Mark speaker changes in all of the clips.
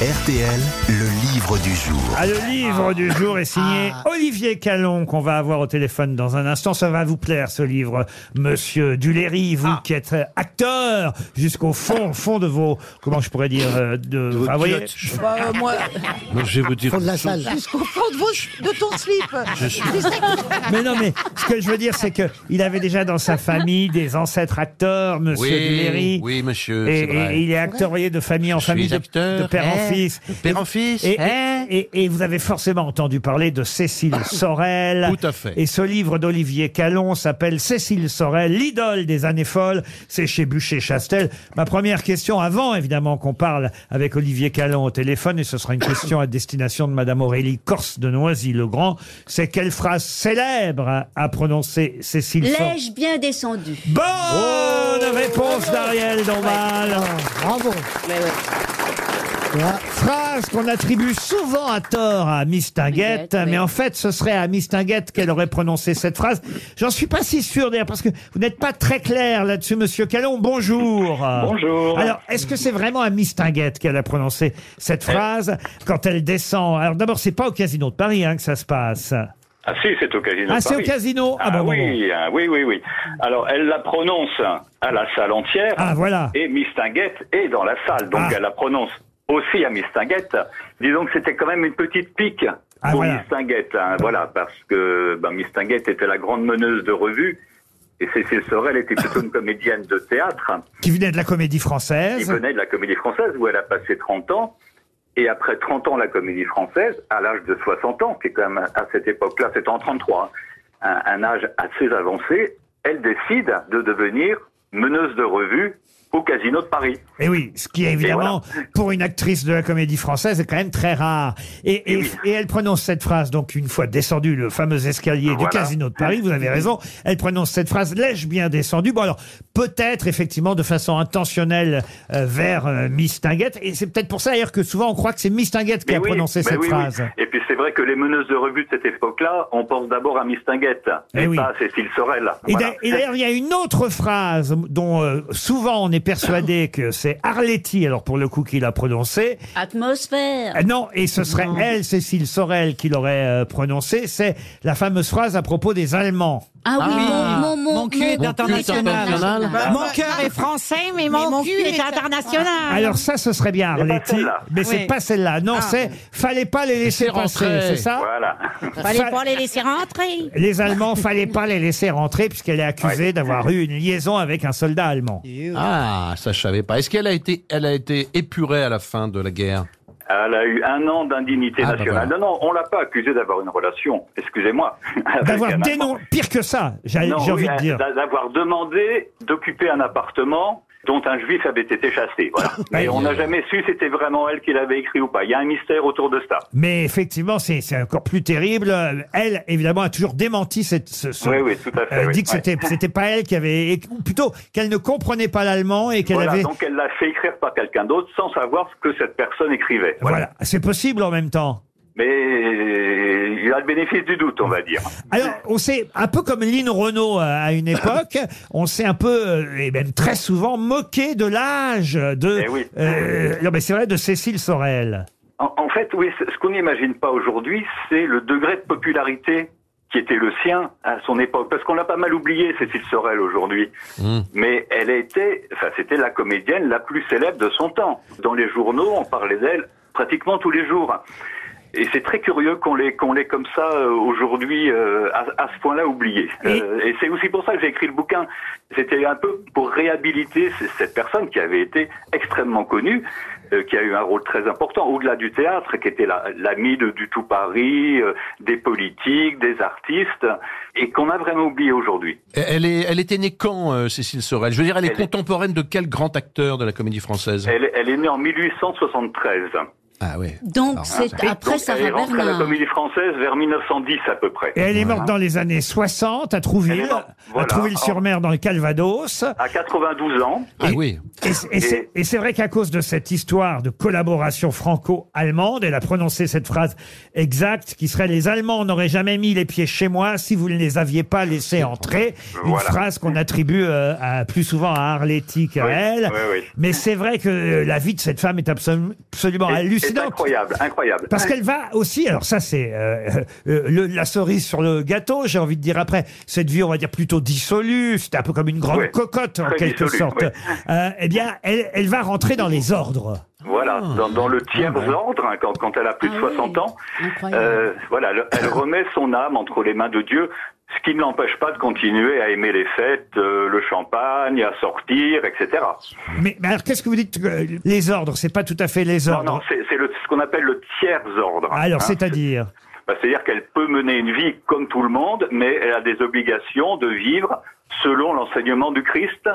Speaker 1: RTL, le livre du jour.
Speaker 2: Ah, le livre du jour est signé
Speaker 3: Ah.
Speaker 2: Olivier Calon, qu'on va avoir au téléphone dans un instant. Ça va vous plaire, ce livre, monsieur Duléry,
Speaker 3: Ah.
Speaker 2: vous qui êtes euh, acteur jusqu'au fond, fond de vos, comment je pourrais dire, euh, de,
Speaker 3: vos
Speaker 2: ah, vous voyez,
Speaker 3: culottes.
Speaker 4: Bah, euh, moi,
Speaker 3: Non, je vais vous dire.
Speaker 5: fond Ah, de la salle.
Speaker 4: jusqu'au fond de, vos, de ton slip.
Speaker 2: mais non, mais ce que je veux dire, c'est que il avait déjà dans sa famille des ancêtres acteurs, monsieur Duléry.
Speaker 3: Oui, oui, monsieur.
Speaker 2: Et,
Speaker 3: c'est vrai.
Speaker 2: et il est acteur, vous voyez, de famille en
Speaker 3: Je suis
Speaker 2: famille, de,
Speaker 3: acteur,
Speaker 2: de père en
Speaker 3: eh,
Speaker 2: fils.
Speaker 3: de père
Speaker 2: Et-
Speaker 3: en fils,
Speaker 2: Et,
Speaker 3: eh.
Speaker 2: et- et vous avez forcément entendu parler de Cécile Sorel.
Speaker 3: Tout à fait.
Speaker 2: Et ce livre d'Olivier Calon s'appelle Cécile Sorel, l'idole des années folles. C'est chez Bûcher Chastel. Ma première question, avant évidemment qu'on parle avec Olivier Calon au téléphone, et ce sera une question à destination de Madame Aurélie Corse de Noisy-le-Grand, c'est quelle phrase célèbre a- a prononcé Cécile Sorel
Speaker 6: L'ai-je bien descendu
Speaker 2: Bonne
Speaker 3: Oh.
Speaker 2: réponse d'Ariel Dombal.
Speaker 5: Bravo. Ouais.
Speaker 2: Phrase qu'on attribue souvent à tort à Mistinguette,
Speaker 6: Mistinguette, oui.
Speaker 2: mais en fait, ce serait à Mistinguette qu'elle aurait prononcé cette phrase. J'en suis pas si sûr d'ailleurs, parce que vous n'êtes pas très clair là-dessus, monsieur Calon. Bonjour.
Speaker 7: Bonjour.
Speaker 2: Alors, est-ce que c'est vraiment à Mistinguette qu'elle a prononcé cette
Speaker 7: Euh.
Speaker 2: phrase quand elle descend Alors d'abord, c'est pas au casino de Paris hein, que ça se passe.
Speaker 7: Ah si, c'est au casino.
Speaker 2: Ah,
Speaker 7: de
Speaker 2: c'est au
Speaker 7: Paris.
Speaker 2: casino Ah,
Speaker 7: Ah,
Speaker 2: bon, bon, bon.
Speaker 7: oui, ah, oui, oui, oui. Alors, elle la prononce à la salle entière.
Speaker 2: Ah, voilà.
Speaker 7: Et Mistinguette est dans la salle, donc
Speaker 2: Ah.
Speaker 7: elle la prononce aussi à Mistinguette. Disons que c'était quand même une petite pique
Speaker 2: Ah,
Speaker 7: pour
Speaker 2: voilà.
Speaker 7: Mistinguette, hein, voilà, parce que ben, Mistinguette était la grande meneuse de revue. Et Cécile Sorel était plutôt une comédienne de théâtre
Speaker 2: Qui venait de la comédie
Speaker 7: qui
Speaker 2: française.
Speaker 7: venait de la comédie française où elle a passé 30 ans. Et après 30 ans, la comédie française, à l'âge de 60 ans, qui est quand même à cette époque-là, c'était en 33, hein, un, un âge assez avancé, elle décide de devenir meneuse de revue au Casino de Paris.
Speaker 2: Et Eh oui, ce qui est évidemment, pour une actrice de la comédie française, est quand même très rare.
Speaker 7: Eh
Speaker 2: Et, et, et elle prononce cette phrase, donc une fois descendu le fameux escalier du
Speaker 7: Voilà.
Speaker 2: Casino de Paris, vous avez raison, elle prononce cette phrase, l'ai-je bien descendu Bon alors, peut-être effectivement de façon intentionnelle euh, vers euh, Miss Tinguette, et c'est peut-être pour ça d'ailleurs que souvent on croit que c'est Miss Tinguette qui
Speaker 7: Mais
Speaker 2: a
Speaker 7: oui,
Speaker 2: prononcé
Speaker 7: mais
Speaker 2: cette
Speaker 7: oui, oui.
Speaker 2: phrase.
Speaker 7: Et puis c'est vrai que les meneuses de revue de cette époque-là, on pense d'abord à Mistinguette,
Speaker 2: Eh
Speaker 7: et
Speaker 2: oui.
Speaker 7: pas à Cécile Sorel.
Speaker 2: Et
Speaker 7: Voilà.
Speaker 2: d'a- et d'ailleurs, il y a une autre phrase dont euh, souvent on est persuadé que c'est Arletty, alors pour le coup qu'il a prononcée,
Speaker 6: Atmosphère
Speaker 2: Ah Non, et ce serait elle, Cécile Sorel, qui l'aurait euh, prononcé. C'est la fameuse phrase à propos des Allemands.
Speaker 6: Ah oui,
Speaker 4: Ah,
Speaker 6: mon, mon, mon,
Speaker 4: mon cul est international.
Speaker 5: Bah,
Speaker 6: international.
Speaker 4: Mon cœur est français, Bah, mais mon, cul, est Ah.
Speaker 7: Ah.
Speaker 4: international.
Speaker 2: Alors ça, ce serait bien
Speaker 7: pas
Speaker 2: Arletty,
Speaker 7: celle-là.
Speaker 2: mais c'est
Speaker 4: Oui.
Speaker 2: pas celle-là. Non,
Speaker 4: Ah.
Speaker 2: c'est fallait pas les laisser
Speaker 3: C'est rentré.
Speaker 2: passer, c'est ça
Speaker 7: Voilà.
Speaker 4: Fallait pas les laisser rentrer.
Speaker 2: Les Allemands, fallait pas les laisser rentrer puisqu'elle est accusée d'avoir eu une liaison avec un soldat allemand.
Speaker 3: Ah, ça je savais pas. Est-ce qu'elle a été, elle a été épurée à la fin de la guerre
Speaker 7: Elle a eu un an d'indignité
Speaker 3: Ah, bah
Speaker 7: nationale.
Speaker 3: voilà.
Speaker 7: Non, non, on l'a pas accusée d'avoir une relation, excusez-moi. avec
Speaker 2: D'avoir
Speaker 7: un Allemand.
Speaker 2: dénoncé, pire que ça, j'ai j'ai
Speaker 7: Non, oui,
Speaker 2: envie de dire.
Speaker 7: d'a- D'avoir demandé d'occuper un appartement dont un juif avait été chassé. Voilà. Mais on
Speaker 2: euh,
Speaker 7: n'a jamais su si c'était vraiment elle qui l'avait écrit ou pas. Il y a un mystère autour de ça.
Speaker 2: Mais effectivement, c'est c'est encore plus terrible. Euh, Elle, évidemment, a toujours démenti cette, ce, ce-
Speaker 7: Oui, oui, tout à fait,
Speaker 2: euh,
Speaker 7: oui.
Speaker 2: dit que
Speaker 7: Ouais.
Speaker 2: c'était c'était pas elle qui avait, et plutôt qu'elle ne comprenait pas l'allemand et qu'elle
Speaker 7: Voilà,
Speaker 2: avait.
Speaker 7: donc elle l'a fait écrire par quelqu'un d'autre sans savoir ce que cette personne écrivait.
Speaker 2: Voilà,
Speaker 7: Voilà.
Speaker 2: c'est possible en même temps.
Speaker 7: Mais euh, il a le bénéfice du doute, on va dire.
Speaker 2: Alors, on sait, un peu comme Lynn Renault euh, à une époque, on s'est un peu, euh, et même très souvent, moqué de l'âge de...
Speaker 7: Eh oui.
Speaker 2: euh, non, mais c'est vrai, de Cécile Sorel.
Speaker 7: En, en fait, oui, ce ce qu'on n'imagine pas aujourd'hui, c'est le degré de popularité qui était le sien à son époque. Parce qu'on l'a pas mal oublié, Cécile Sorel, aujourd'hui. Mais elle était, enfin, c'était la comédienne la plus célèbre de son temps. Dans les journaux, on parlait d'elle pratiquement tous les jours. Et c'est très curieux qu'on l'ait, qu'on l'ait comme ça euh, aujourd'hui euh, à, à ce point-là oublié.
Speaker 2: Et-
Speaker 7: Euh, et c'est aussi pour ça que j'ai écrit le bouquin. C'était un peu pour réhabiliter c- cette personne qui avait été extrêmement connue, euh, qui a eu un rôle très important au-delà du théâtre, qui était la- l'ami de du tout Paris, euh, des politiques, des artistes, et qu'on a vraiment oublié aujourd'hui.
Speaker 3: elle, est, elle était née quand, euh, Cécile Sorel Je veux dire, elle est
Speaker 7: Elle est-
Speaker 3: contemporaine de quel grand acteur de la comédie française
Speaker 7: Elle, elle est née en 1873.
Speaker 3: Ah oui.
Speaker 6: Donc,
Speaker 3: Alors,
Speaker 6: c'est
Speaker 7: Et
Speaker 6: après
Speaker 7: donc, elle
Speaker 6: Sarah
Speaker 7: est rentrée à la
Speaker 6: Bernard.
Speaker 7: Comédie Française vers 1910 à peu près.
Speaker 2: Et elle est morte dans les années 60 à Trouville,
Speaker 7: Elle est morte,
Speaker 2: à
Speaker 7: voilà.
Speaker 2: Trouville-sur-Mer dans le Calvados.
Speaker 7: À 92 ans.
Speaker 3: Ah oui.
Speaker 2: Et, c- et c'est- et c'est vrai qu'à cause de cette histoire de collaboration franco-allemande, elle a prononcé cette phrase exacte qui serait Les Allemands n'auraient jamais mis les pieds chez moi si vous ne les aviez pas laissés entrer. Une
Speaker 7: Voilà.
Speaker 2: phrase qu'on attribue euh, à- plus souvent à Arletty qu'à
Speaker 7: Oui,
Speaker 2: elle.
Speaker 7: oui, oui.
Speaker 2: Mais c'est vrai que euh, la vie de cette femme est absolu- absolument
Speaker 7: Et- et
Speaker 2: Ah,
Speaker 7: C'est
Speaker 2: hallucinante.
Speaker 7: incroyable, incroyable.
Speaker 2: Parce qu'elle va aussi, alors ça c'est euh, euh, le- la cerise sur le gâteau, j'ai envie de dire après, cette vie on va dire plutôt dissolue, c'était un peu comme une grande
Speaker 7: Ouais.
Speaker 2: cocotte en
Speaker 7: Très
Speaker 2: quelque
Speaker 7: dissolue,
Speaker 2: sorte.
Speaker 7: ouais.
Speaker 2: Euh, eh bien, elle, elle va rentrer dans les ordres.
Speaker 7: Voilà,
Speaker 2: Ah,
Speaker 7: dans, dans le tiers ordre, hein, quand, quand elle a plus de
Speaker 6: Ah oui.
Speaker 7: 60 ans,
Speaker 6: Incroyable.
Speaker 7: euh, voilà, le- elle remet son âme entre les mains de Dieu, ce qui ne l'empêche pas de continuer à aimer les fêtes, euh, le champagne, à sortir, etc.
Speaker 2: Mais, mais alors qu'est-ce que vous dites euh, Les ordres, c'est pas tout à fait les
Speaker 7: Non,
Speaker 2: ordres.
Speaker 7: non, c'est c'est le- ce qu'on appelle le tiers ordre.
Speaker 2: Ah, alors
Speaker 7: hein.
Speaker 2: c'est-à-dire
Speaker 7: Bah, C'est-à-dire qu'elle peut mener une vie comme tout le monde, mais elle a des obligations de vivre selon l'enseignement du Christ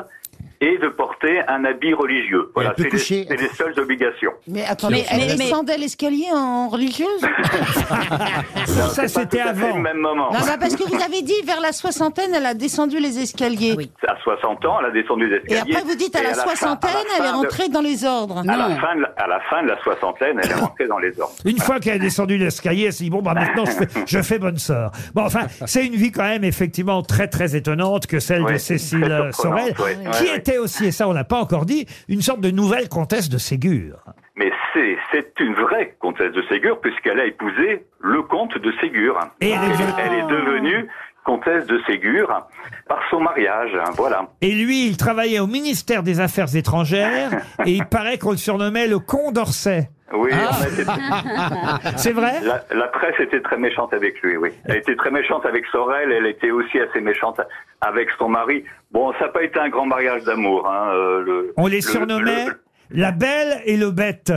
Speaker 7: et de porter un habit religieux. Voilà,
Speaker 5: peut
Speaker 7: c'est les-
Speaker 5: coucher.
Speaker 7: c'est les seules obligations.
Speaker 5: Mais attendez,
Speaker 6: Mais- mais-
Speaker 5: elle descendait l'escalier en religieuse
Speaker 2: Ça
Speaker 7: C'est pas
Speaker 2: c'était
Speaker 7: tout à fait
Speaker 2: avant.
Speaker 7: le même moment.
Speaker 5: Non, non, bah, parce que vous avez dit vers la soixantaine, elle a descendu les escaliers.
Speaker 6: Oui.
Speaker 7: à 60 ans, elle a descendu les
Speaker 5: Et
Speaker 7: escaliers.
Speaker 5: après, vous dites à
Speaker 7: et
Speaker 5: la
Speaker 7: fin-
Speaker 5: soixantaine,
Speaker 7: à la
Speaker 5: elle est
Speaker 7: fin de-
Speaker 5: rentrée dans les ordres.
Speaker 7: À la,
Speaker 6: Non.
Speaker 7: fin de, la- à la fin de la soixantaine, elle est rentrée dans les ordres.
Speaker 2: Une fois qu'elle est descendue l'escalier, elle s'est dit, bon, bah, maintenant, je fais, je fais bonne sœur. Bon, enfin, c'est une vie quand même, effectivement, très, très étonnante que celle de
Speaker 7: Ouais,
Speaker 2: Cécile
Speaker 7: très
Speaker 2: euh, Sorel,
Speaker 7: surprenante, ouais,
Speaker 2: qui
Speaker 7: ouais, ouais.
Speaker 2: était aussi, et ça, on l'a pas encore dit, une sorte de nouvelle comtesse de Ségur.
Speaker 7: Mais c'est, c'est une vraie comtesse de Ségur, puisqu'elle a épousé le comte de Ségur.
Speaker 2: Et elle est
Speaker 7: elle,
Speaker 2: devenue-
Speaker 7: elle est devenue comtesse de Ségur par son mariage. hein, Voilà.
Speaker 2: Et lui, il travaillait au ministère des Affaires étrangères, et il paraît qu'on le surnommait le Condorcet.
Speaker 7: Oui,
Speaker 5: Ah.
Speaker 7: en fait, c'est-
Speaker 2: C'est vrai?
Speaker 7: la, la presse était très méchante avec lui, oui. Elle était très méchante avec Sorel, elle était aussi assez méchante avec son mari. Bon, ça n'a pas été un grand mariage d'amour. hein, euh, le-
Speaker 2: On les
Speaker 7: le-
Speaker 2: surnommait
Speaker 7: le-
Speaker 2: la belle et le bête.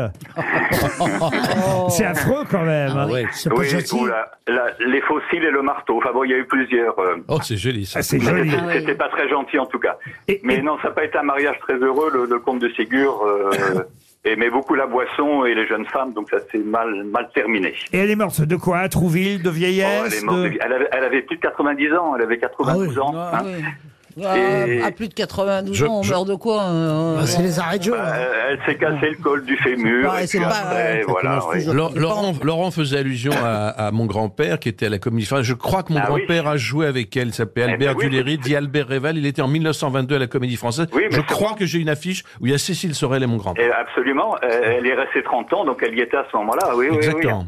Speaker 2: C'est affreux quand même. hein.
Speaker 3: Ouais.
Speaker 5: C'est
Speaker 7: Oui, ou la- la- les fossiles et le marteau. Enfin bon, il y a eu plusieurs. euh,
Speaker 3: Oh, c'est joli ça.
Speaker 2: Ah, C'est
Speaker 7: mais
Speaker 2: joli.
Speaker 7: c'était-
Speaker 6: Ah oui.
Speaker 7: C'était pas très gentil en tout cas.
Speaker 2: Et-
Speaker 7: mais
Speaker 2: et-
Speaker 7: non, ça n'a pas été un mariage très heureux. Le, le comte de Ségur euh, aimait beaucoup la boisson et les jeunes femmes, donc ça s'est mal, mal terminé.
Speaker 2: Et elle est morte de quoi? À Trouville, de
Speaker 7: Oh,
Speaker 2: vieillesse?
Speaker 7: elle, est morte
Speaker 2: de-
Speaker 7: de- elle avait, elle avait plus de 90 ans, elle avait 92
Speaker 6: Ah
Speaker 7: ans. hein. Euh, Et-
Speaker 5: À plus de 92
Speaker 3: Je-
Speaker 5: ans, on
Speaker 3: je-
Speaker 5: meurt de quoi euh,
Speaker 8: Ah, c'est les arrêts de jeu.
Speaker 7: Bah,
Speaker 8: hein.
Speaker 7: euh, elle s'est cassé le col du fémur.
Speaker 5: Ouais,
Speaker 7: et
Speaker 5: c'est
Speaker 7: puis
Speaker 5: pas-
Speaker 7: après,
Speaker 5: ouais, ça
Speaker 7: voilà.
Speaker 5: commence
Speaker 7: oui.
Speaker 5: toujours.
Speaker 3: Laurent,
Speaker 5: Il est pas
Speaker 3: Laurent- Laurent faisait allusion à, à mon grand-père qui était à la comédie française. Je crois que mon
Speaker 7: Ah oui.
Speaker 3: grand-père a joué avec elle. Il s'appelait
Speaker 7: Eh ben
Speaker 3: Albert
Speaker 7: oui.
Speaker 3: Duléry, dit Albert Réval. Il était en 1922 à la comédie française.
Speaker 7: Oui,
Speaker 3: je
Speaker 7: mais c'est
Speaker 3: crois que j'ai une affiche où il y a Cécile Sorel et mon grand-père.
Speaker 7: Et absolument, euh, elle est restée 30 ans, donc elle y était à ce moment-là. Oui, oui, oui.
Speaker 3: Exactement.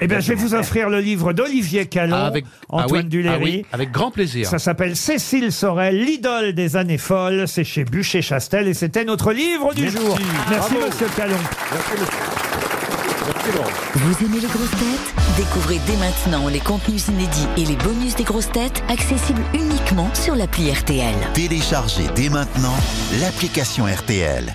Speaker 2: Eh bien, je vais vous offrir le livre d'Olivier Calon,
Speaker 3: Ah, avec, ah
Speaker 2: Antoine
Speaker 3: oui,
Speaker 2: Duléry.
Speaker 3: ah oui, avec grand plaisir.
Speaker 2: Ça s'appelle Cécile Sorel, l'idole des années folles. C'est chez Bûcher Chastel et c'était notre livre du
Speaker 3: Merci.
Speaker 2: jour. Merci,
Speaker 3: Bravo.
Speaker 2: monsieur Calon.
Speaker 9: Vous aimez les grosses têtes Découvrez dès maintenant les contenus inédits et les bonus des grosses têtes accessibles uniquement sur l'appli RTL.
Speaker 1: Téléchargez dès maintenant l'application RTL.